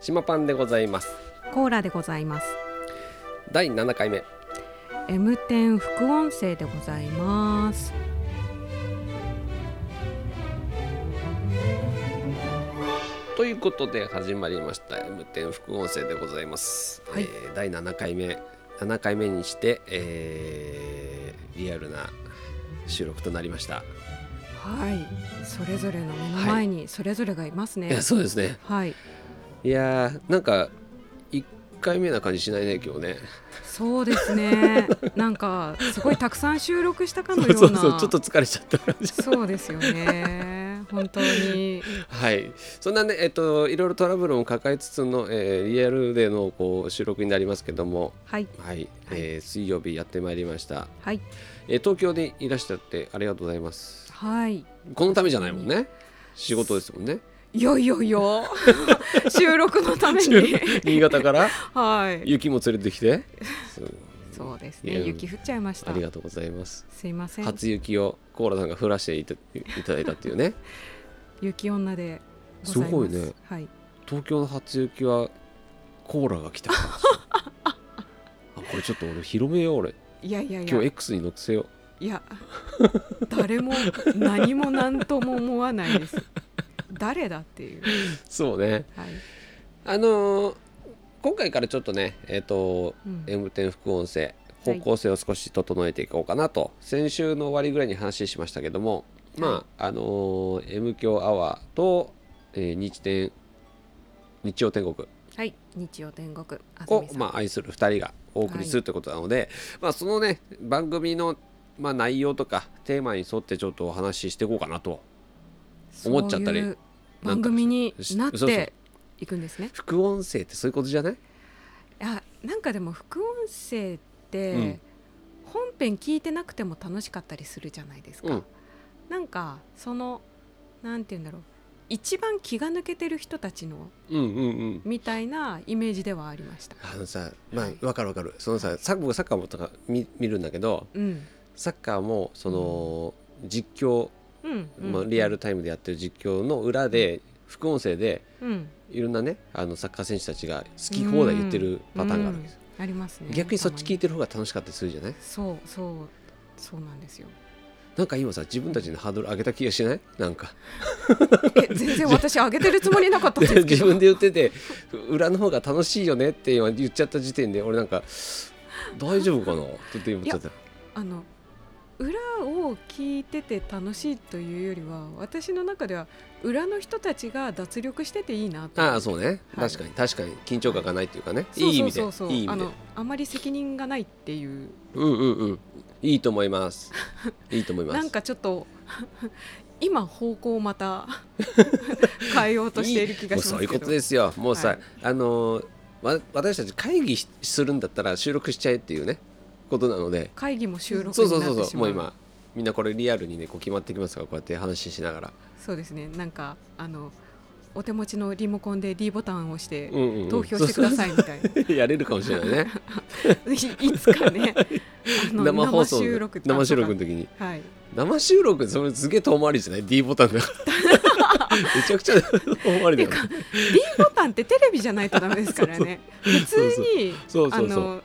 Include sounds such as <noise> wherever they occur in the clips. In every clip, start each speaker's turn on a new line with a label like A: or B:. A: 島パンでございます
B: コーラでございます
A: 第7回目
B: M10 副音声でございます
A: ということで始まりました M10 副音声でございます、
B: はい
A: えー第7回目7回目にして、えーリアルな収録となりました、
B: はいそれぞれの目の前にそれぞれがいます
A: い
B: ね
A: やそうですね
B: はい
A: いやーなんか1回目な感じしないね今日ね
B: そうで
A: <laughs>
B: すねなんかすごいたくさん収録したか
A: そ
B: の
A: う <laughs>
B: よ
A: そうう
B: な
A: そうちょっと疲れちゃった感じ
B: そうですよね本当に
A: はいそんなねえっといろいろトラブルも抱えつつの、えーリアルでのこう収録になりますけども
B: はい
A: はい、えー水曜日やってまいりました、
B: はい
A: えー東京でいらっしゃってありがとうございます
B: はい
A: このためじゃないもんね。仕事ですもんね。
B: いよいよ
A: <laughs>
B: いよ収録のために
A: 新潟
B: <laughs>
A: から
B: はい
A: 雪も連れてきて。そう
B: そうです
A: いや
B: ね雪降っちゃいました
A: ありがとうございます。
B: すいません
A: 初雪をコーラさんが降らしていたいただいたっていうね。
B: 雪女でございます
A: すごいね
B: はい
A: 東京の初雪はコーラが来た
B: <laughs>
A: 感じ。あこれちょっと俺広めよう俺
B: いやいやいや
A: 今日 X に載せよ
B: いや誰も何も何とも思わないです誰だっていう、
A: うそうね
B: はい
A: あのー今回からちょっとねえっ、と
B: うん
A: M10 副音声
B: は
A: 方
B: い
A: 向性を少し整えていこうかなと、先週の終わりぐらいに話しましたけども、まああのー M 強アワーと、えー日天日曜天国
B: はい日曜天国あず
A: を
B: み、さん、
A: まあ、愛する2人がお送りするということなので、まあ、そのね番組の、まあ、内容とかテーマに沿ってちょっとお話ししていこうかなと思っちゃったり
B: そういう
A: なん
B: 番
A: か
B: 組になっ
A: そうそう
B: ていくんですね
A: 副音声ってそういうことじゃない
B: あなんかでも副音声って、
A: うん
B: 本編聞いてなくても楽しかったりするじゃないですか、
A: うん
B: なんかそのなんて言うんだろう一番気が抜けてる人たちの
A: うんうんうん
B: みたいなイメージではありました
A: あのさまあわかるわかるそのさサッ僕サッカーもとか見見るんだけど
B: うん
A: サッカーもその、実況
B: うん、うん
A: まあ、リアル、タイムでやってる実況の裏で副音声で
B: うん、
A: いろんなねあのサッカー選手たちが好き放題言ってるパターンがあるわけです、
B: うんありますね
A: 逆にそっち聞い
B: た
A: てる方が楽しかったりするじゃない
B: まにそうそうそうなん
A: <laughs>
B: ですよ
A: なんか今さ自分たちのハードル上げた気がしないなん
B: <laughs>
A: か
B: え全然私上げてるつもりなかったんですけど
A: 自分で言ってて裏の方が楽しいよねって今言っちゃった時点で俺なんか大丈夫かなちょっと今ちょっと
B: あの裏を聞いてて楽しいというよりは私の中では裏の人たちが脱力してていいなと
A: ああそうね、
B: はい
A: 確かに確かに緊張感がないっていうかね、
B: そ
A: い、い
B: う
A: 意味
B: そう
A: で
B: そうそう
A: いい意
B: あ
A: 味で
B: のあまり責任がないっていう
A: うんうんうんいいと思い
B: <laughs>
A: ますいいと思います
B: なんかちょっと <laughs> 今方向を
A: <laughs>
B: また変えようとしている気がし
A: もうそ
B: ますけど
A: ういうことですよもうさ、
B: はい
A: あのーわ私たち会議しするんだったら収録しちゃえっていうねことなので
B: 会議も収録になって
A: そう
B: しま
A: そううそうそうもう今みんなこれリアルにねこう決まってきますからこうやって話ししながら、
B: そうですねなんかあのお手持ちのリモコンで D ボタンを押して
A: うんうんうん
B: 投票してくださいみ
A: <laughs>
B: たいな、
A: そうそうやれるかもしれないね
B: いいつかねあの
A: 生放送
B: 生
A: で
B: 収録
A: 生収録の時に
B: はい
A: 生収録それすげえ遠回りじゃない D ボタ
B: <laughs>
A: ンがめちゃくちゃ遠回りだよね
B: D ボタンってテレビじゃないとダメですからね普通に
A: そうそうそう
B: あの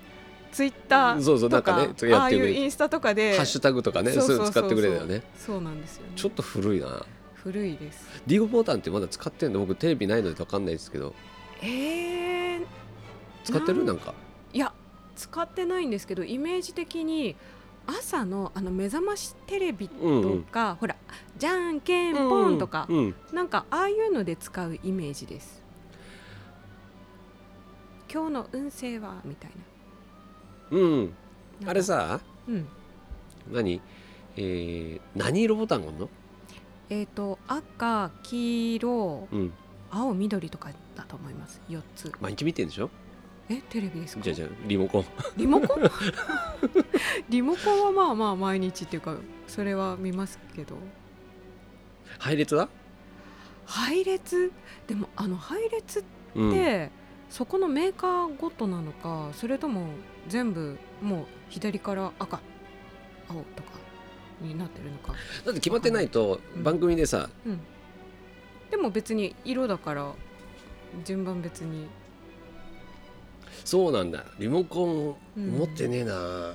B: ツイッタ
A: そうそう
B: ー
A: なん
B: と
A: か
B: か
A: ねや
B: あ
A: っ
B: あ
A: て
B: い
A: くれ
B: う
A: る
B: インスタとかで
A: ハッシュタグとかねそ
B: そ
A: うう
B: そ
A: いうう
B: そう
A: の使ってくれたよね
B: そうなんですよね
A: ちょっと古いな
B: 古いです
A: D ボタンってまだ使ってんの僕テレビないので分かんないですけど
B: えー、
A: 使ってる
B: な
A: なんんか
B: いや使ってないんですけどイメージ的に朝のあの目覚ましテレビ
A: うんう
B: と
A: ん
B: か、ほらじゃんけんぽんとか、
A: うんうん
B: なんかああいうので使うイメージです今日の運勢はみたいな
A: うん
B: なんか
A: あれさ
B: うん
A: 何えー、何色ボタンがあんの
B: えっ、と赤黄色
A: うん
B: 青緑とかだと思います四つ
A: 毎日見てんでしょ
B: えテレビですか
A: じゃあじゃあリモコン <laughs>
B: リモコン <laughs> リモコンはまあまあ毎日っていうかそれは見ますけど
A: 配列は
B: 配列でもあの配列っ
A: うん
B: て、そこのメーカーごとなのかそれとも全部もう左から赤青とかになってるのか
A: だって決まってないと
B: うん
A: 番組でさ
B: でも別に色だから順番別に
A: そうなんだリモコ
B: うん
A: ン持ってねえな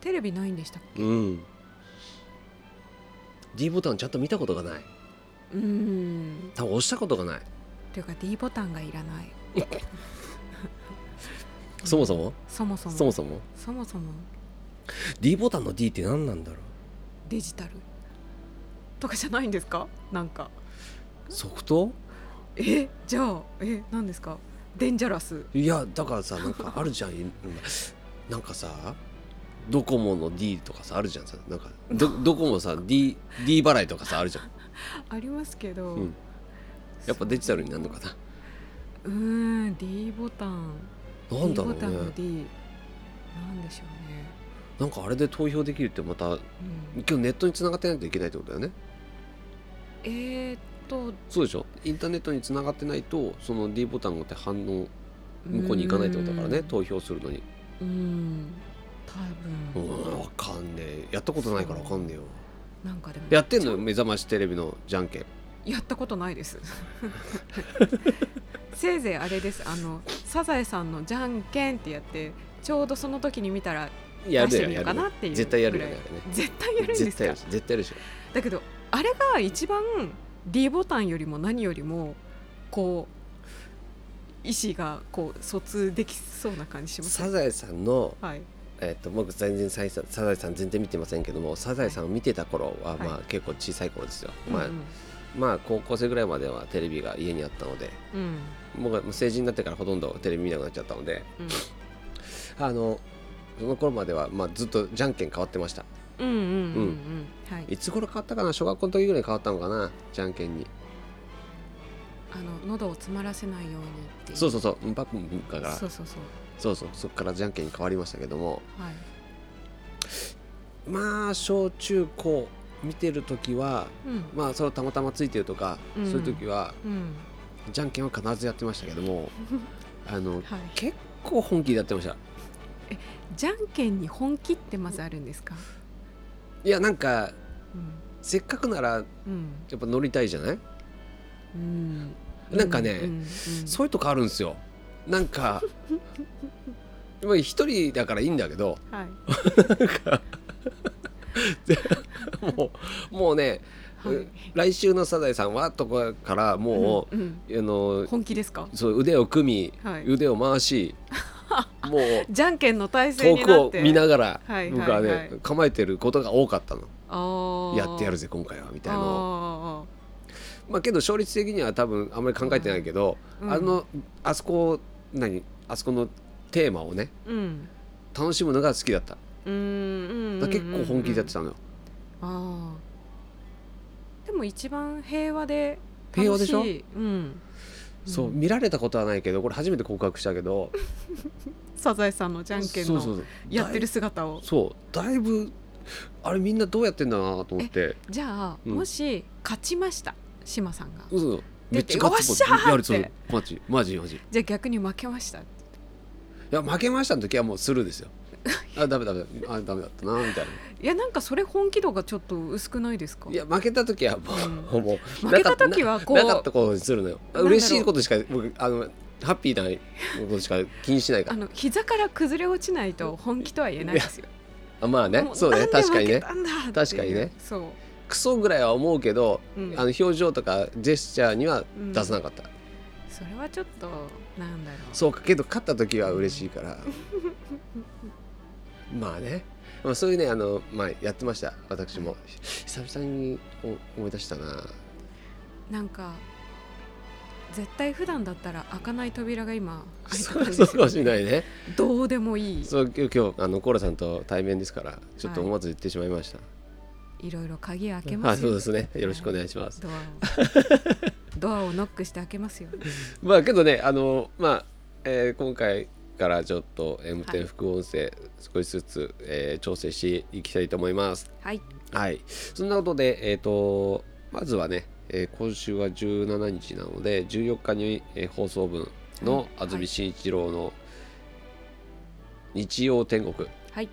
B: テレビないんでしたっけ
A: うん、D ボタンちゃんと見たことがない
B: うん
A: 多分押したことがない
B: ていうか D ボタンがいらない
A: そもそも、
B: そもそも
A: そもそも
B: そもそも
A: D ボタンの D って何なんだろ
B: デジタルとかじゃないんですかなんか
A: うソフト
B: えじゃあえ何ですかデンジャラス
A: いやだからさなん
B: <laughs>
A: かあるじゃんうんなんかさドコモの D とかさあるじゃんさなんか
B: <laughs>
A: どドコモさ D, D 払いとかさあるじゃん、
B: ありますけど、
A: うん、やっぱデジタルになるのか
B: うーん D ボタン
A: ななんだ
B: D
A: ろう
B: ボタンの
A: ね
B: D なんでしょうね、
A: なんかあれで投票できるってまた
B: うん、
A: 今日ネットに繋がってないといけないってことだよね
B: えー、っと
A: そうでしょインターネットに繋がってないとその D ボタンがって反応向こうに行かないってことだからね
B: う
A: 投票するのに
B: ーん多
A: う
B: 分、
A: んわかんねえやったことないからわかんねえよ
B: なんかでも
A: やってんの
B: ち
A: よ
B: ょ
A: 目覚ましテレビのじゃんけん
B: やったことないです <laughs> せいぜいあれですあのサザエさんのじゃんけんってやってちょうどその時に見たら
A: や
B: 出
A: る
B: して
A: よ
B: みよ
A: や
B: うか
A: る
B: な
A: よ
B: っていう
A: 絶対やるよ
B: ぐ
A: ね
B: らい
A: あれね
B: 絶対やるんです
A: 絶対や
B: か
A: る絶対やるでしょ
B: だけどあれが一番 D ボタンよりも何よりもこう意思がこう疎通できそうな感じします
A: サザエさんの、
B: はい
A: えっと僕全然サイササザエさん全然見てませんけどもサザエさんを見てた頃は、
B: はい
A: まあ、結構小さい頃ですよ、まあ
B: うん
A: まあ高校生ぐらいまではテレビが家にあったので
B: うん、うん
A: 僕はもう成人になってからほとんどテレビ見なくなっちゃったので
B: うん
A: あのその頃までは、まあ、ずっとじゃんけん変わってました
B: うんうんうんうんはい
A: いつ頃変わったかな小学校の時ぐらい変わったのかなじゃんけんに
B: あの喉を詰まらせないようにってい
A: そう
B: う
A: そうそううんぱくんから
B: そうそうそう
A: そうそうそっからじゃんけんに変わりましたけども
B: はい
A: まあ小中高見てる時は
B: うん
A: まあそれをたまたまついてるとか、
B: うん
A: そういう時は
B: うん
A: じゃんけんは必ずやってましたけど
B: <laughs>
A: もあの
B: はい
A: 結構本気でやってました
B: じゃんけんに本気ってまずあるんですか
A: いやなんか
B: うん
A: せっかくなら
B: うん
A: やっぱ乗りたいじゃない
B: うん
A: なんかね
B: ううん
A: そういうとこあるんですよなん
B: <laughs>
A: かまあ一人だからいいんだけど
B: はい
A: もうもうね
B: はい
A: 来週の「サザエさんは?」とかからも
B: うんうん
A: う、あの
B: 本気ですか
A: そう腕を組み、
B: はい
A: 腕を回
B: <laughs>
A: しもう
B: じゃんけんの体勢
A: 遠
B: に
A: く
B: なっ
A: を
B: て
A: 見ながら
B: はい
A: 僕はね、
B: はいはい
A: 構えてることが多かったの
B: あ
A: やってやる
B: ぜ
A: ぜ今回はみ
B: み
A: たいなのをまあけど勝率的には多分あんまり考えてないけど、
B: うん
A: あのあそこを何あそこのテーマをね
B: うん
A: 楽しむのが好きだった
B: うんうん
A: だから結構本気でやってた
B: た
A: のよ、
B: あーでも一番平和で
A: 平和でしょ
B: 楽いうん
A: そう見られたことはないけどこれ初めて告白したけど
B: サザエさんのじゃんけん
A: そうそう
B: の
A: そう
B: やってる
A: だ
B: 姿
A: い
B: を
A: そうだいぶあれみんなどうやってんだろうなと思って
B: じゃあ
A: うん
B: もし勝ちました志麻さんが
A: そうそうめ
B: 出
A: っち
B: て
A: ゃガッツポ
B: よっしゃーっ
A: ー
B: て
A: ズやるそれマジマジマジい
B: じゃあ逆に負けました
A: や負けましたの時はもうスルーです
B: <laughs>
A: よあダメダメあダメだったなみたいない
B: やなんかそれ本気度がちょっと薄くないですか
A: いや負けた時はも <laughs> う,、もう
B: 負けた時はこう
A: なかったことにするのよ
B: なんだろう
A: 嬉しいことしか僕あのハッピーなことしか気にしないか
B: あ
A: ら
B: の膝から崩れ落ちないと本気とは言えないですよ
A: あまあね
B: も
A: そうね
B: なんで
A: 確かに
B: 負け
A: ね
B: たんだっていう
A: 確かにね
B: そう、
A: クソぐらいは思うけど、
B: うん
A: あの表情とかジェスチャーには
B: うん
A: 出さなかった、
B: それはちょっとなんだろう
A: そうかけど勝った時は嬉しいからまあねまあそういうねあの、まあ、やってました私も久々に思い出したな
B: なんか絶対普段だったら開かない扉が今開いてたんです
A: そ
B: よ
A: うかもしれないね
B: どうでもいい
A: そう今日今日あのコーラさんと対面ですからちょっと思わず言ってしまいました、
B: いろいろ鍵開け
A: は
B: ま
A: い、
B: す
A: そ
B: よ、
A: うですね。よろしくお願いします。 <laughs>
B: ドアをドアをノックして開けますよ
A: まあけどね、あのまあ、えー今回からちょっと M
B: はい
A: 点副音声少しずつ、えー調整していきたいと思います。
B: はい
A: はい。そんなことでえっ、とまずはね、えー今週は17日なので14日に、えー放送分
B: は
A: の
B: い
A: 安住紳一郎の日曜天国。
B: はい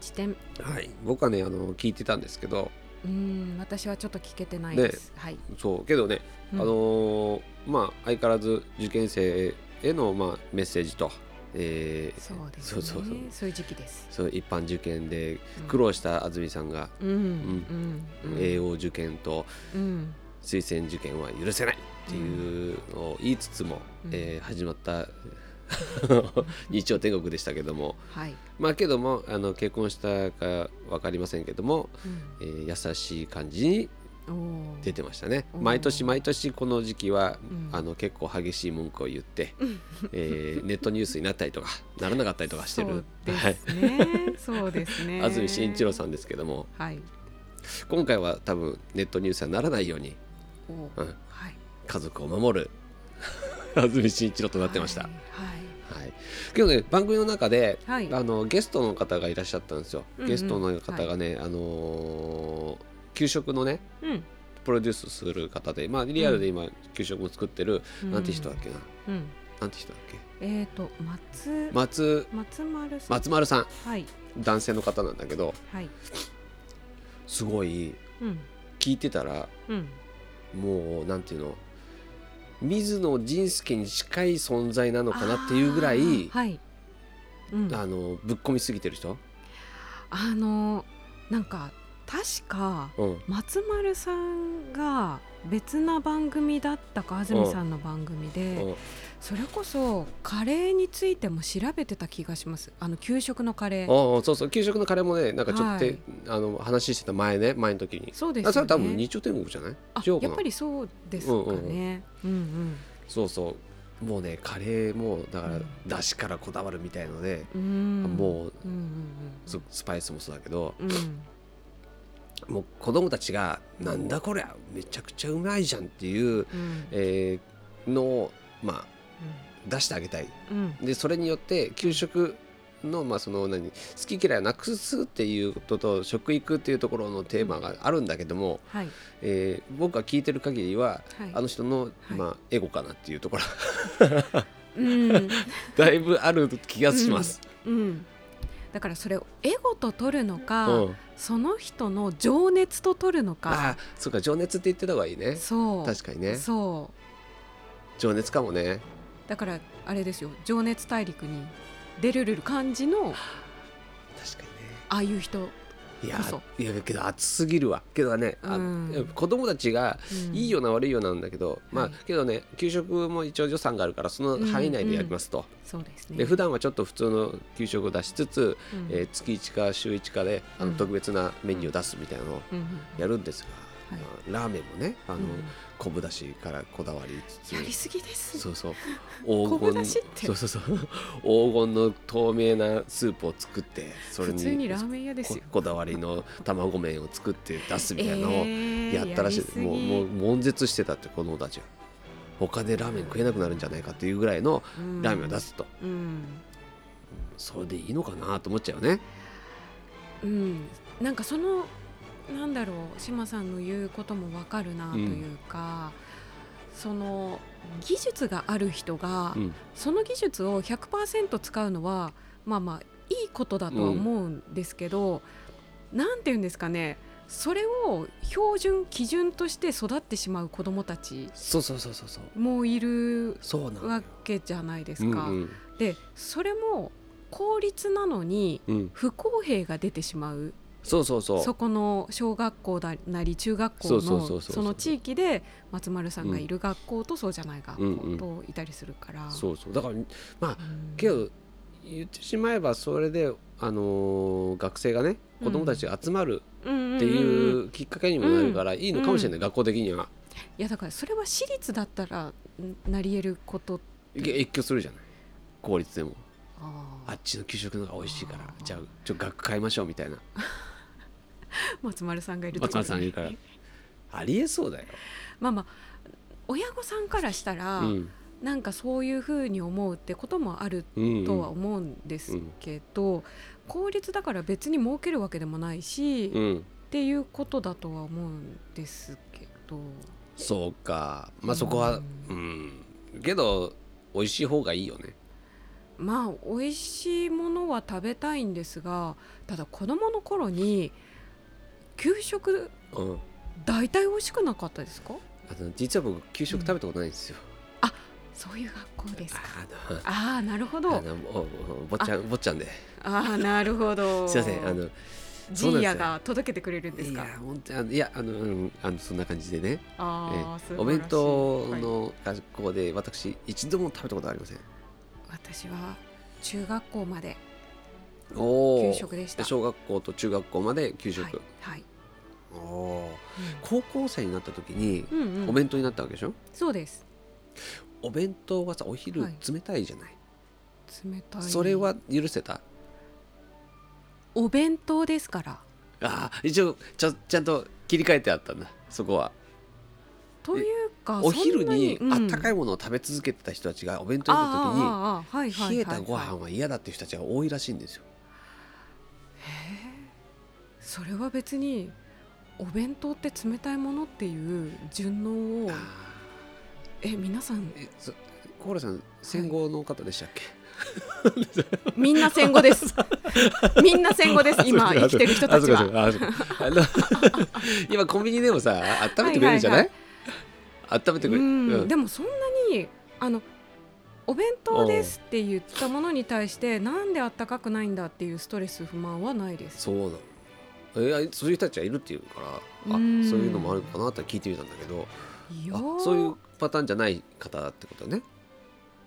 B: 日点
A: はい。僕はねあの聞いてたんですけど、
B: うーん私はちょっと聞けてないです、はい、
A: そうけどね、
B: うん
A: あのーまあ、相変わらず受験生への、まあ、メッセージと、えー
B: そうです
A: そ
B: ね
A: うそうそう
B: そういう時期です
A: そう一般受験で
B: うん
A: 苦労した安住さんが、
B: うんうんうん
A: 栄養受験と
B: うん
A: 推薦受験は許せないっていうのを言いつつも、
B: うん
A: えー始まった <laughs> 日曜天国でしたけども
B: はい
A: まあけどもあの結婚したか分かりませんけども、えー優しい感じに
B: うんおー
A: 出てましたね
B: おー
A: 毎年毎年この時期は、
B: うん
A: あの結構激しい文句を言って、えーネットニュースになったりとかならなかったりとかしてる、はい、
B: そうですね。そうですね。
A: 安住紳一郎さんですけども
B: はい。
A: 今回は多分ネットニュースにはならないように、
B: お
A: うん、
B: はい。
A: 家族を守る <laughs> 安住紳一郎となってました、
B: は
A: はいいけどね番組の中で、
B: はい
A: あのゲストの方がいらっしゃったんですよ、
B: うんうん
A: ゲストの方がね、あのー給食のね
B: はい。うん。
A: プロデュースする方で、まあ、リアルで今給食も作ってる、
B: うん
A: なんて人だっけな
B: うん。
A: なんて人だっけ
B: えっと松
A: 松
B: 松丸さん。
A: 松丸さん
B: はい
A: 男性の方なんだけど
B: はい。
A: すごい
B: うん
A: 聞いてたら
B: うん。
A: もうなんていうの水野仁介に近い存在なのかなっていうぐらい
B: あーはい。うん。
A: あのぶっ込みすぎてる人、
B: あのなんか確か
A: うん、
B: 松丸さんが別な番組だったか安住さんの番組で。
A: うん
B: それこそカレーについても調べてた気がしますあの給食のカレー
A: ああそうそう給食のカレーもねなんかちょっと、
B: はい
A: あの話してた前ね前の時に、
B: そうです
A: あ
B: よね
A: それは多分日曜天国じゃない
B: あ
A: 違うか
B: や
A: な
B: っぱりそうですかねうん
A: そうそうもうねカレーもだから、
B: うん
A: だしからこだわるみたいので、
B: うんうん
A: もう
B: うんうん
A: そスパイスもそうだけど
B: うんうん
A: もう子供たちが「なんだこりゃめちゃくちゃうまいじゃん」っていう、
B: うん
A: えーのを、まあ、出してあげたい
B: うんうん
A: でそれによって給食の,、まあ、その何好き嫌いをなくすっていうことと食育っていうところのテーマがあるんだけども、
B: はい
A: えー僕が聞いてる限りは、
B: はい
A: あの人の、
B: い
A: まあ、エゴかなっていうところ <laughs>
B: うん
A: だいぶある気がします。
B: うんだからそれをエゴと取るのか、
A: うん
B: その人の情熱と取るのか
A: ああそうか情熱って言ってた方がいいね
B: そう
A: 確かにね
B: そ
A: 情熱かもね
B: うだからあれですよ情熱大陸に出るる感じの
A: 確かにね
B: ああいう人、
A: いや
B: 嘘
A: いやけど暑すぎるわけどね、あ
B: うん
A: 子供たちが
B: うん
A: いいような悪いようなんだけど、ま
B: は
A: あ
B: い
A: けどね給食も一応予算があるからその範囲内でやりますと、
B: そうですね
A: で普段はちょっと普通の給食を出しつつ、
B: うん
A: えー月1か週1かであの
B: うん
A: 特別なメニューを出すみたいなのを
B: うんうん
A: やるんですが、
B: はい
A: まあラーメンもねあの、
B: うん
A: 昆布だしからこだわりつ
B: やり
A: つ。
B: すぎです
A: そう
B: <laughs>
A: そう黄
B: 昆布
A: 金
B: だ
A: の
B: しって
A: そうそうそう黄金の透明なスープを作ってそれ
B: 普
A: に
B: 通にラーメン屋で
A: こ
B: すよ
A: こだわりの卵麺を作って出すみたいなのを
B: えー
A: やったらしい、
B: やりすぎ
A: もうもう悶絶してたって子供たちは他でラーメン食えなくなるんじゃないかっていうぐらいの
B: うん
A: ラーメンを出すと、
B: うん、
A: それでいいのかなと思っちゃうよね
B: うん、なんかそのなんだろう志麻さんの言うこともわかるなというか、その技術がある人が、
A: うん
B: その技術を100%使うのはまあまあいいことだとは思うんですけど、なんて言うんですかねそれを標準基準として育ってしまう子どもたち
A: そうそうそうそうそう
B: もいる
A: そうなの
B: わ
A: よ
B: けじゃないですか。
A: うん
B: でそれも公立なのに
A: うんうん、
B: 不公平が出てしまう
A: そうそうそう
B: そこの小学校だなり中学校
A: そうそうそうそ
B: の
A: うそう
B: その地域で松丸さんがいる学校とそうじゃない学校といたりするから。
A: そうそうだからまあ
B: うん
A: けど言ってしまえばそれで、あのー学生がね子供たちが集まる
B: っ
A: って
B: んうん
A: いうきっかけにもなるからいいのかもしれない、
B: う
A: 学校的にはい
B: やだからそれは私立だったらんなり得ること
A: いけ越境するじゃない公立でも
B: あ
A: あ
B: あ
A: っちの給食の方が美味しいから
B: あー
A: じゃあちょっと額変えましょうみたいな
B: <laughs> 松丸さんがいると
A: 松
B: ころ
A: 丸さんいるからありえそうだよ、
B: まあまあ親御さんからしたら、
A: うん
B: なんかそういうふうに思うってこともある
A: うん
B: とは思うんですけど、公立だから別に儲けるわけでもないし、
A: う
B: っ
A: ん
B: ていうことだとは思うんですけど
A: そうかまあそこはうん、けど美味しい方がいいよね
B: まあ美味しいものは食べたいんですがただ子どもの頃に給食
A: うん
B: 大体美味しくなかったですか
A: あの実は僕給食食べたことないんですよ、
B: そういう学校ですか
A: あの
B: ああなるほど
A: あのもうもう坊ちゃん坊ちゃんで
B: ああなるほ
A: <laughs>
B: ど
A: すいませんあの
B: ジ
A: そうなんです
B: ーヤ
A: よ
B: が届けてくれるんです
A: い
B: か
A: や本当にあのいやあの,、うん、あのそんな感じでね
B: ああ
A: え
B: 素晴らしい
A: お弁当の学校で私一度も食べたことありません、
B: はい私は中学校まで
A: おー
B: 給食でした
A: 小学校と中学校まで給食、
B: はい、はい
A: おー高校生になった時に
B: うんうんうん
A: お弁当になったわけでしょ、
B: そうです
A: お弁当はさお昼
B: はい
A: 冷たいじゃない、
B: 冷たい
A: それは許せた
B: お弁当ですから
A: あー一応ちゃちゃんと切り替えてあったんだそこは
B: というか
A: お昼にあったか
B: い
A: いものを食べ続けてた人たちがお弁当
B: と
A: になった時に
B: 時
A: 冷えたご飯は嫌だっていう人たちが多いらしいんですよ。
B: それは別にお弁当って冷たいものっていう順応をえ皆さん
A: えそコーラさん戦後の方でしたっけ、
B: みんな戦後です
A: <laughs>
B: みんな戦後です今生きてる人たちは
A: あそうかそうかあそう
B: <laughs>
A: かあの今コンビニでもさ温めてくれるじゃない,、
B: はい
A: 温めてくれる、
B: う
A: うん
B: んでもそんなにあのお弁当ですって言ったものに対してなんであったかくないんだっていうストレス不満はないです
A: そうなのえーそういう人たちがいるっていうからあそう
B: うん
A: いうのもあるのかなって聞いてみたんだけど
B: いや
A: あ
B: ー
A: そういうパターンじゃない方ってことね。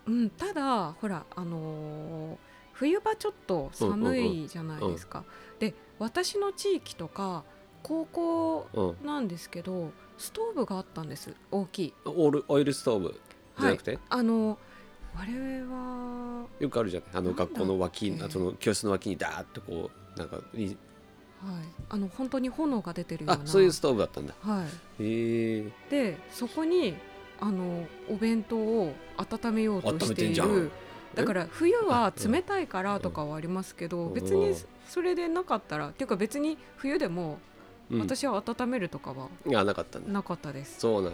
B: うん、ただほらあのー冬場ちょっと寒いじゃないですか、で私の地域とか高校
A: うん、
B: なんですけどストーブがあったんです大きい
A: オールオイルストーブじゃなくて、
B: あの我々は
A: よくあるじゃないあの
B: なんだっ
A: 学
B: け
A: 校の脇にあその教室の脇にダーッとこうなんかい
B: はいあの本当に炎が出てるよう
A: あ
B: な
A: そういうストーブだったんだ。
B: は
A: へえ
B: い、でそこにあのお弁当を温めようと
A: 温め
B: して
A: てん
B: い
A: じゃん
B: るだから冬は
A: うん
B: 冷たいからとかはありますけど、
A: うん
B: 別にそれでなかったら、っていうか別に冬でも
A: うん、
B: 私は温めるとかは
A: がなかったんだ。
B: なかったです。
A: そうなんだ。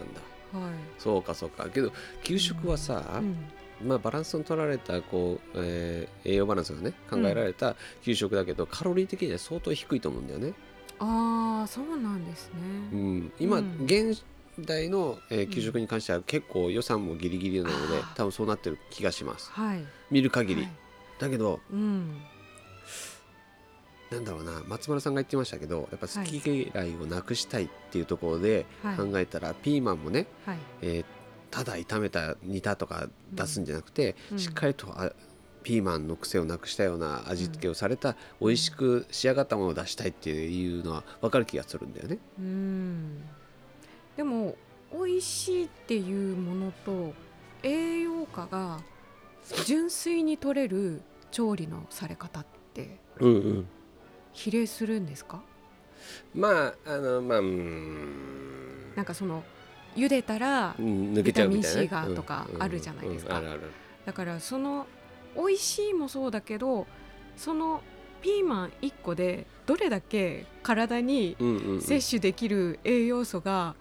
B: は
A: そうかそうか。けど給食はさ、
B: い。うん
A: まあ、バランスの取られたこう、えー栄養バランスがね考えられた給食だけど、カロリー的には相当低いと思うんだよね。
B: ああ、そうなんです
A: う
B: ね。
A: ん、今、
B: うん
A: 現代の、えー
B: ん
A: 給食に関しては結構予算もギリギリなので、
B: あー
A: 多分そうなってる気がします
B: はい。
A: 見る限り、
B: はい
A: だけど
B: うん。
A: なんだろうな松丸さんが言ってましたけどやっぱ好き嫌いをなくしたいっていうところで
B: はい。
A: 考えたら、ピーマンもね、
B: はい。
A: えーただ炒めた煮たとか出すんじゃなくて、
B: うん
A: しっかりとあピーマンの癖をなくしたような味付けをされた、美味しく仕上がったものを出したいっていうのは分かる気がするんだよね。
B: うん。でも、美味しいっていうものと栄養価が純粋に取れる調理のされ方って
A: うんうん
B: 比例するんですか？
A: まああのまあうーん
B: なんかその茹でたら
A: うん抜けちゃうみたいなね
B: ビタミン C がとかあるじゃないですか
A: うんうんうんある
B: だからその美味しいもそうだけどそのピーマン1個でどれだけ体に
A: あるうんうんうん
B: 摂取できる栄養素が、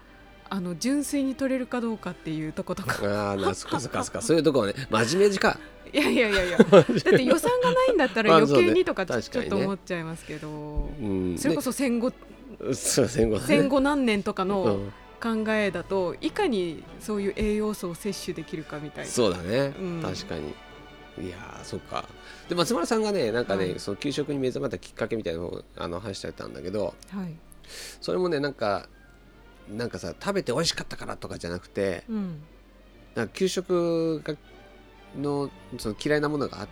B: あの純粋に取れるかどうかっていうとことか
A: <laughs> ああなそっかそっかそっかそういうとこはね真面目じか
B: いやいやいやいや <laughs> だって予算がないんだったら
A: まあ
B: 余計にとかち
A: そう
B: ょ
A: ね確か
B: ちょ
A: に
B: っ
A: ね
B: と思っちゃいますけど、
A: うん
B: それこそ戦後
A: ねそう戦後だね
B: 戦後何年とか
A: う
B: の
A: ん
B: 考えだといかにそういう栄養素を摂取できるかみたいな。
A: そうだね、
B: うん
A: 確かにいやーそっかで松丸さんがねなんかね、
B: はい
A: その給食に目覚めたきっかけみたいなのをあの話してたんだけど
B: はい
A: それもねなんかなんかさ食べて美味しかったからとかじゃなくて
B: うん
A: なんか給食がのその嫌いなものがあ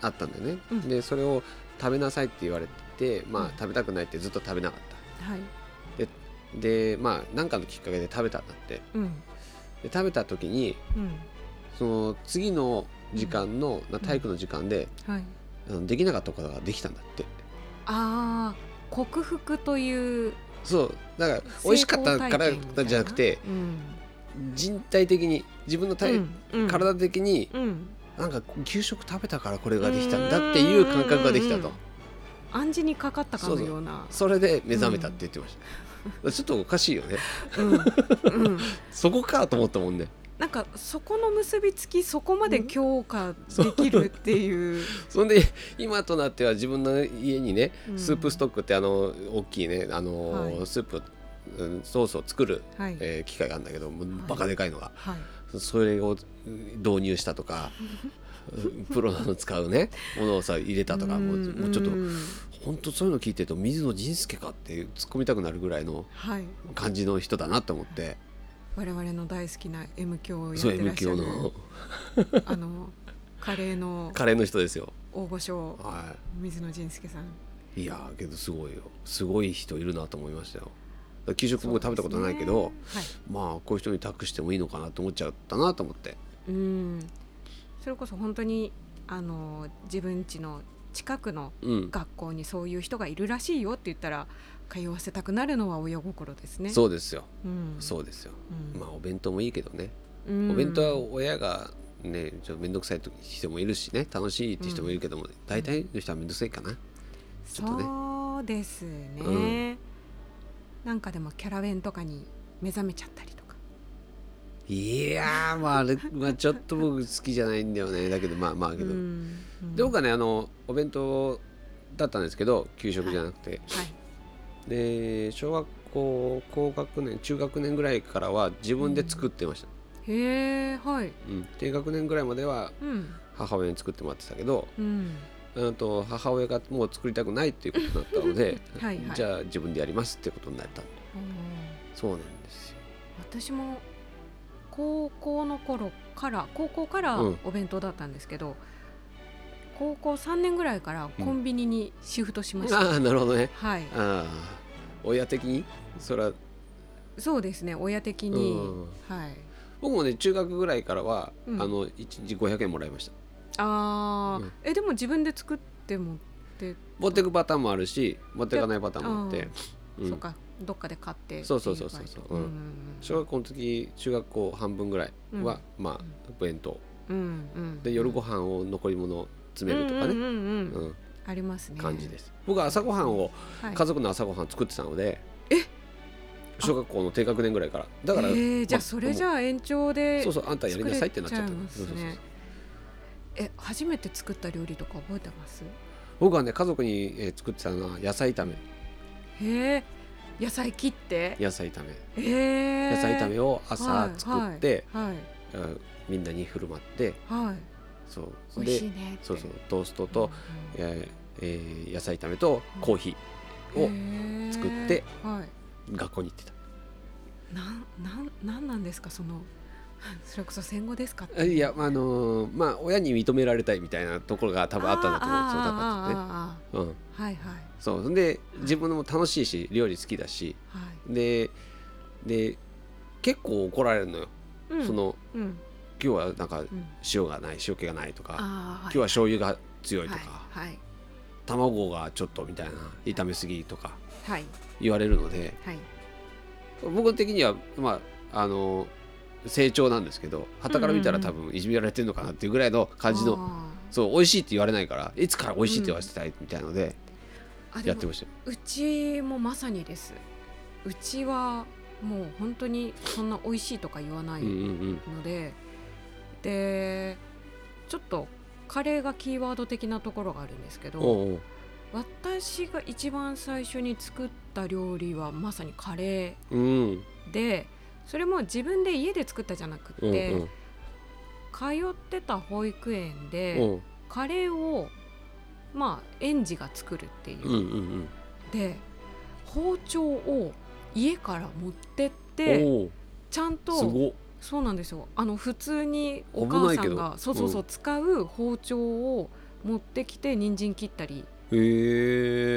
A: あったんだよね、
B: うん
A: でそれを食べなさいって言われてま
B: う
A: あ
B: ん
A: 食べたくないってずっと食べなかった
B: はい
A: でまあなんかのきっかけで食べたんだって
B: うん
A: で食べた時に
B: うん
A: その次の時間の、な体育の時間で、
B: はい
A: あのできなかったことができたんだって
B: ああ克服という
A: そうだから
B: 成功体験
A: 美味しかったからじゃなくて
B: みたいな
A: 人体的に自分の体、
B: うんうんうん、
A: 体的に
B: うん
A: なんか給食食べたからこれができたんだっていう感覚ができた
B: うんうん
A: と
B: うん暗示にかかったか
A: そう
B: の
A: そう
B: ような
A: それで目覚めたって言ってました、ちょっとおかしいよね
B: うんうん
A: そこかと思ったもんね
B: なんかそこの結びつきそこまで強化できるっていう、
A: そんで今となっては自分の家にね
B: うん
A: スープストックってあの大きいねあの、
B: はい
A: スープうんソースを作る、
B: はい
A: えー機械があるんだけどもう
B: はい
A: バカでかいのが、
B: はい
A: それを導入したとか <laughs> プロの使うねものをさ入れたとかもうもうちょっと
B: うん
A: 本当そういうの聞いてると水野仁介かっていう突っ込みたくなるぐらいの
B: はい
A: 感じの人だなと思って
B: 我々の大好きな M 教をやっ
A: そう
B: てら
A: M
B: っしゃ
A: 教
B: る
A: の
B: あのカレーの
A: カレーの人ですよ。
B: 大御所
A: は
B: 水野仁介さん
A: い、いやーけどすごいよすごい人いるなと思いましたよ。だから給食僕食べたことないけど、
B: そうですね
A: まあこういう人に託してもいいのかなと思っちゃったなと思って。
B: はい、うんそれこそ本当にあの自分家の近くの
A: うん、
B: 学校にそういう人がいるらしいよって言ったら通わせたくなるのは親心ですね。
A: そうですよ
B: うん
A: そうですよ。
B: うん
A: まあお弁当もいいけどね
B: うん
A: お弁当は親がねちょっと面倒くさい人もいるしね楽しいって人もいるけども、大体の人は面倒くさいかな、ちょっとね
B: そうですね、なんかでもキャラ弁とかに目覚めちゃったりとか
A: いやーまああれ、 <laughs> まあ、ちょっと僕好きじゃないんだよねだけどまあまあけど、
B: うんうん
A: で僕はねあのお弁当だったんですけど給食じゃなくて、
B: はい
A: で小学校高学年中学年ぐらいからは自分で作ってました、
B: へえはい
A: うん低学年ぐらいまでは
B: うん
A: 母親に作ってもらってたけど
B: うん
A: うんと母親がもう作りたくないっていうことだったので
B: <laughs> はいはい
A: じゃあ自分でやりますってことになった
B: おー
A: そうなんですよ
B: 私も高校の頃から高校から
A: うん
B: お弁当だったんですけど、高校3年ぐらいからコンビニにシフトしました、
A: ああなるほどね
B: はい
A: ああ親的にそれは
B: そうですね親的に、
A: うん
B: はい
A: 僕もね中学ぐらいからは、
B: うん
A: あの1日500円もらいました
B: あー、
A: うん
B: えでも自分で作ってもって
A: 持ってくパターンもあるし持ってかないパターンもあっ
B: じゃ
A: てうん
B: そうかどっかで買って
A: そうそうそうそうそう
B: ってい場合と
A: うん小学校の時中学校半分ぐらいは、まあお弁当
B: うんうんうん
A: で夜ご飯を残り物詰めるとか
B: うん
A: ね、
B: うんうん
A: う
B: うんんありますね
A: 感じです僕は朝ごはんを
B: はい
A: 家族の朝ごはん作ってたので、小学校の低学年ぐらいからだから、
B: えーじゃあ
A: ま
B: それじゃあ延長で
A: そうそうあんたやりなさいってなっちゃった
B: 作れ
A: の
B: ます
A: そう
B: ね
A: そうそう
B: え初めて作った料理とか覚えてます
A: 僕はね家族に、えー作ってたのは野菜炒め
B: へえ野菜切って
A: 野菜炒め、
B: へえ
A: 野菜炒めを朝作って、
B: はい
A: うんみんなに振る舞って
B: はい、はい
A: そう
B: 美
A: で
B: 味しいねって
A: そうそうトーストと、
B: うん
A: えーえー野菜炒めとコーヒーを、
B: へえ
A: 作って
B: はい
A: 学校に行ってた
B: なんなんなんなんですかその <laughs> それこそ戦後ですかって
A: あいやあのーまあ親に認められたいみたいなところが多分あったんだと思うそうだったんだね
B: あーあーあー
A: うん
B: あーはいはい
A: そうそんで自分も楽しいし料理好きだし
B: はい、
A: でで結構怒られるのよ、
B: うん、
A: その
B: うん
A: 今日はなんか
B: うん
A: 塩がない塩気がないとか
B: あ
A: 今
B: ー
A: 日は醤油が強いとか、
B: はいはい
A: 卵がちょっとみたいな炒めすぎとか
B: はい
A: 言われるので
B: はい
A: 僕的にはまああの成長なんですけど傍から見たら多分いじめられてるのかなっていうぐらいの感じの、
B: あ
A: そう美味しいって言われないからいつから美味しいって言わせたいみたいので
B: ーあ
A: や
B: で
A: って
B: も
A: ましたよ、
B: うちもまさにですうちはもう本当にそんな美味しいとか言わない
A: うんうん
B: ので、でちょっとカレーがキーワード的なところがあるんですけ
A: う
B: ど
A: んおうおう
B: 私が一番最初に作った料理はまさにカレ
A: うん
B: ーでそれも自分で家で作ったじゃなく
A: うん
B: て、通ってた保育園で、
A: うんうん
B: カレーをまあ園児が作るっていう、
A: うんうん
B: で包丁を家から持ってっ
A: うん
B: て
A: おう
B: ちゃん
A: す
B: と
A: ごっ
B: そうなんですよあの普通にお
A: 危な
B: 母
A: い
B: さ
A: け
B: ん
A: ど
B: がそうそうそう、
A: う
B: 使う包丁を持ってきて人参切ったり
A: へ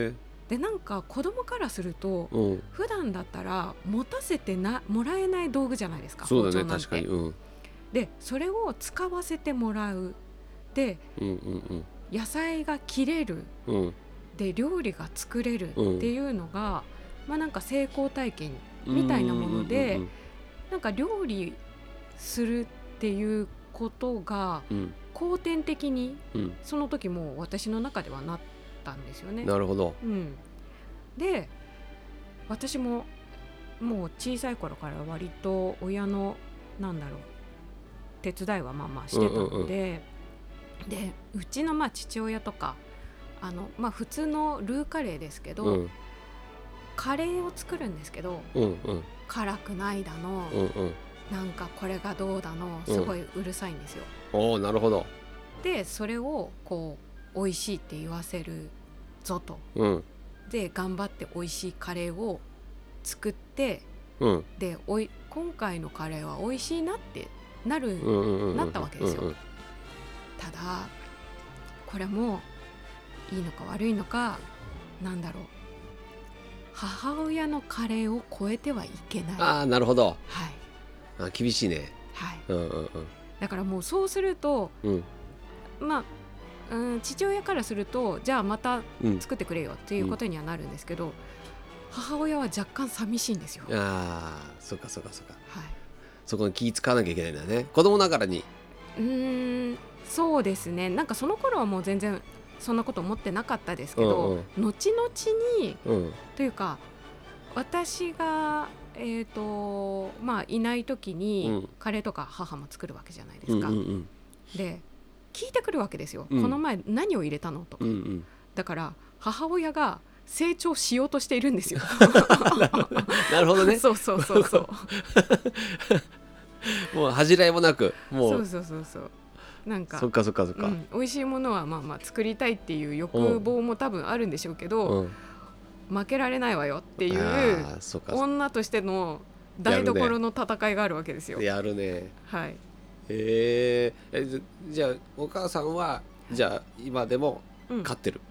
A: え
B: でなんか子供からすると
A: うん
B: 普段だったら持たせてなもらえない道具じゃないですか
A: そうだ
B: 包
A: ね
B: 丁なんて
A: 確かにうん
B: でそれを使わせてもらうで
A: うんうん
B: 野菜が切れる
A: うんうん
B: で料理が作れるっていうのが、まあなんか成功体験みたいなもので
A: うん
B: なんか料理するっていうことが
A: うん
B: 後天的に
A: うん
B: その時もう私の中ではなったんですよ
A: う
B: ね
A: ん。なるほど
B: うん、で私ももう小さい頃から割と親のなんだろう手伝いはまあまあしてたので、でうちのまあ父親とかあの、まあ、普通のルーカレーですけど、
A: うん
B: カレーを作るんですけど
A: うんうん
B: 辛くないだの、
A: うんうん
B: なんかこれがどうだのすごいうるさいんですよ。
A: おおなるほど
B: でそれをこう美味しいって言わせるぞと
A: うん
B: で頑張って美味しいカレーを作って
A: うん
B: でおい今回のカレーは美味しいなってなる、
A: うんうんうんうん
B: なったわけですよ
A: うんうん
B: ただこれもいいのか悪いのかなんだろう母親のカレーを超えてはいけないはい
A: ああなるほどあ厳しいね
B: はい
A: うんうん
B: だからもうそうすると
A: うんうん
B: まあうん父親からするとじゃあまた
A: うん
B: 作ってくれよっていうことにはなるんですけど、母親は若干寂しいんですよ。はい、
A: ああそっかそっかそっかそこに気使わなきゃいけないんだね子供ながらに
B: うーんそうですねなんかその頃はもう全然そんなこと思ってなかったですけど、
A: うん
B: 後々に
A: うん
B: というか私が、えーとまあ、いない時
A: うん
B: にカレーとか母も作るわけじゃないで
A: う
B: す
A: ん
B: か。
A: うんうん
B: で聞いてくるわけですよ、
A: うん
B: この前何を入れたのとか、
A: うんうん
B: だから母親が成長しようとしているんですよ。
A: なるほどね
B: <laughs> そうそうそうそう。
A: もう恥じらいもなく <laughs> も
B: そう
A: う
B: そうそうそう。なんか
A: そっかそっかそっ
B: う
A: か
B: ん、美味しいものはまあまあ作りたいっていう欲望も多分あるんでしょうけ
A: う
B: ど、
A: ん
B: 負けられないわよってい
A: あ
B: う
A: あそっか
B: 女としての台所の戦いがあるわけですよ。
A: やるね
B: はい。
A: へーえじじゃあお母さんはじゃあ今でも
B: うん、
A: 飼
B: 勝
A: ってる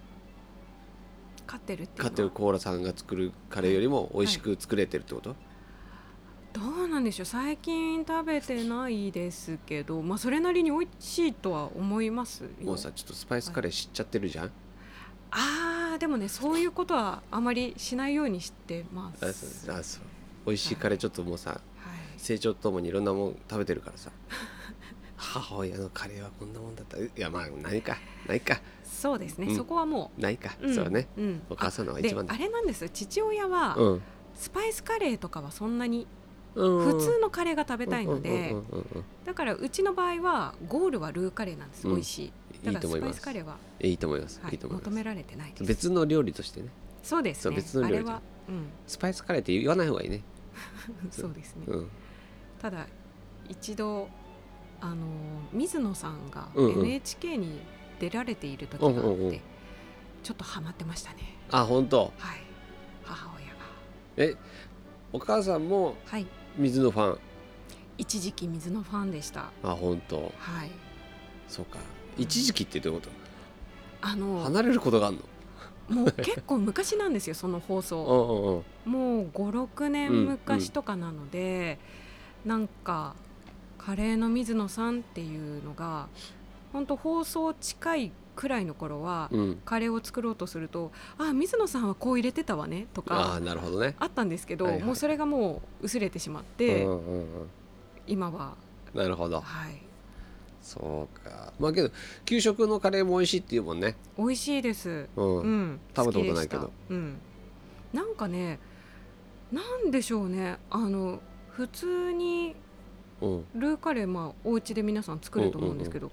B: ってるってい
A: 飼
B: う
A: ってる
B: のは
A: コーラさんが作るカレーよりも美味しく作れてるってこと、
B: どうなんでしょう最近食べてないですけど、まあ、それなりに美味しいとは思いますよ
A: もうさちょっとスパイスカレー知っちゃってるじゃん、
B: あーでもねそういうことはあまりしないようにしてま
A: あ
B: す。
A: そう
B: はい、
A: あそう美味しいカレーちょっともうさ成長とともにいろんなもん食べてるから
B: <laughs>
A: さ母親のカレーはこんなもんだったいやまあないかないか
B: そうですね、
A: うん
B: そこはも
A: ないか、
B: う、うん、
A: そうね
B: うん、
A: お母さんのが
B: で
A: 一番だ
B: あれなんです父親は
A: うん
B: スパイスカレーとかはそんなに
A: 普
B: 普通のカレーが食べたいのでだからうちの場合はゴールはルーカレーなんです
A: うん
B: 美味しい
A: い
B: だ
A: い
B: から
A: と思い
B: スパ
A: ま
B: イス
A: す
B: カレーは、
A: いいと思います、
B: はい
A: いと思い
B: 求
A: ま
B: められてないです
A: す別の料理としてね
B: そうです
A: そう
B: ね
A: 別の
B: あ
A: 料理
B: れはうん
A: スパイスカレーって言わない方がいいね
B: <laughs> そうですね
A: うん
B: ただ一度あの水野さんが
A: うんうん
B: NHK に出られている時があって、
A: うんうんうん
B: ちょっとハマってましたね
A: あ本当
B: はい母親が
A: えお母さんも
B: はい
A: 水のファン
B: 一時期水のファンでした
A: あ本当
B: はい
A: そうか一時期ってどういうこ
B: あ
A: と
B: の
A: 離れることがある
B: もう結構昔なん
A: <laughs>
B: ですよその放送
A: のうんうんうん
B: もう56年昔とかなので、なんかカレーの水野さんっていうのが本当放送近いくらいの頃は、
A: うん
B: カレーを作ろうとすると「あ水野さんはこう入れてたわね」と
A: ああ
B: か
A: なるほどね
B: あったんですけど、
A: はいはい
B: もうそれがもう薄れてしまっ
A: うん
B: て、
A: うんうん
B: 今は
A: なるほど
B: はい
A: そうかまあけど給食のカレーも美味しいっていうもんね
B: 美味しいです。
A: うん、
B: うん、
A: 食べたことないけど
B: 好きでした、うん、なんかねなんでしょうねあの普通に
A: うん、
B: ルーカレーまあお家で皆さん作ると思うんですけど、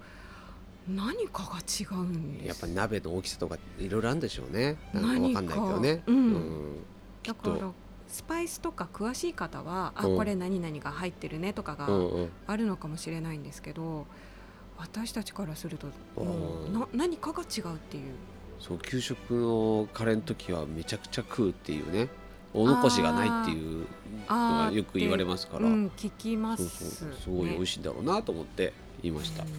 B: 何かが違うんで
A: やっ
B: す
A: ぱ鍋の大きさとかいろいろあるんでしょうねなんかわかんないけどね
B: 何かうん
A: うん
B: だ
A: と
B: からスパイスとか詳しい方は「あ
A: うん
B: これ何々が入ってるね」とかが
A: うんうん
B: あるのかもしれないんですけど私たちからするとも
A: う
B: うんな何かが違うっていう
A: そう給食のカレーの時はめちゃくちゃ食うっていうねお残しがないっていうの
B: あ
A: が
B: ー
A: よく言われますから、
B: うん、聞きま
A: そう
B: す
A: そうすごい美味
B: しい
A: しいんだろうなと思って言いました、
B: うん
A: はい、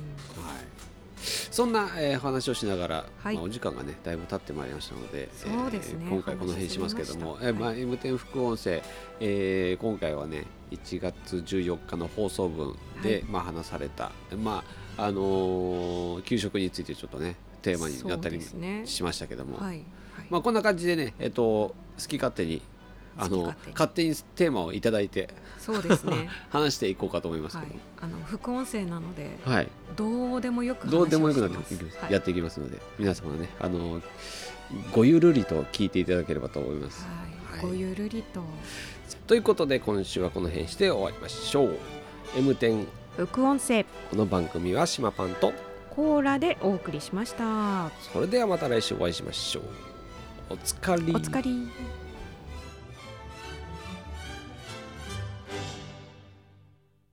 A: そんな、えー話をしながら、
B: はい
A: まあ、お時間がねだいぶ経ってまいりましたので
B: そうですね
A: えー今回この辺にしますけども
B: 話し
A: え
B: て
A: ー
B: み
A: まあ
B: ま
A: M10 副音声、えー今回はね1月14日の放送分で、
B: はい
A: まあ、話された、まああのー給食についてちょっとねテーマになったり
B: そうですね
A: しましたけども、
B: はいはい
A: まあ、こんな感じでね、えっと好き勝手にあの
B: 好き勝手に
A: 勝手にテーマをいただいて
B: そ
A: <laughs>
B: うですね
A: 話していこうかと思います
B: は
A: け
B: い
A: ども。
B: あの副音声なので
A: はい
B: どうでもよく話
A: どうでもよくなっ
B: を
A: て
B: して
A: いき
B: ま
A: ますす
B: はい
A: やっていきますので皆様ねあのごゆるりと聞いていただければと思います。
B: はい、
A: はい
B: ごゆるりと
A: ということで今週はこの辺して終わりましょう。M10
B: 副音声
A: この番組は島パンと
B: コーラでお送りしました
A: それではまた来週お会いしましょう。おつかり
B: お疲れ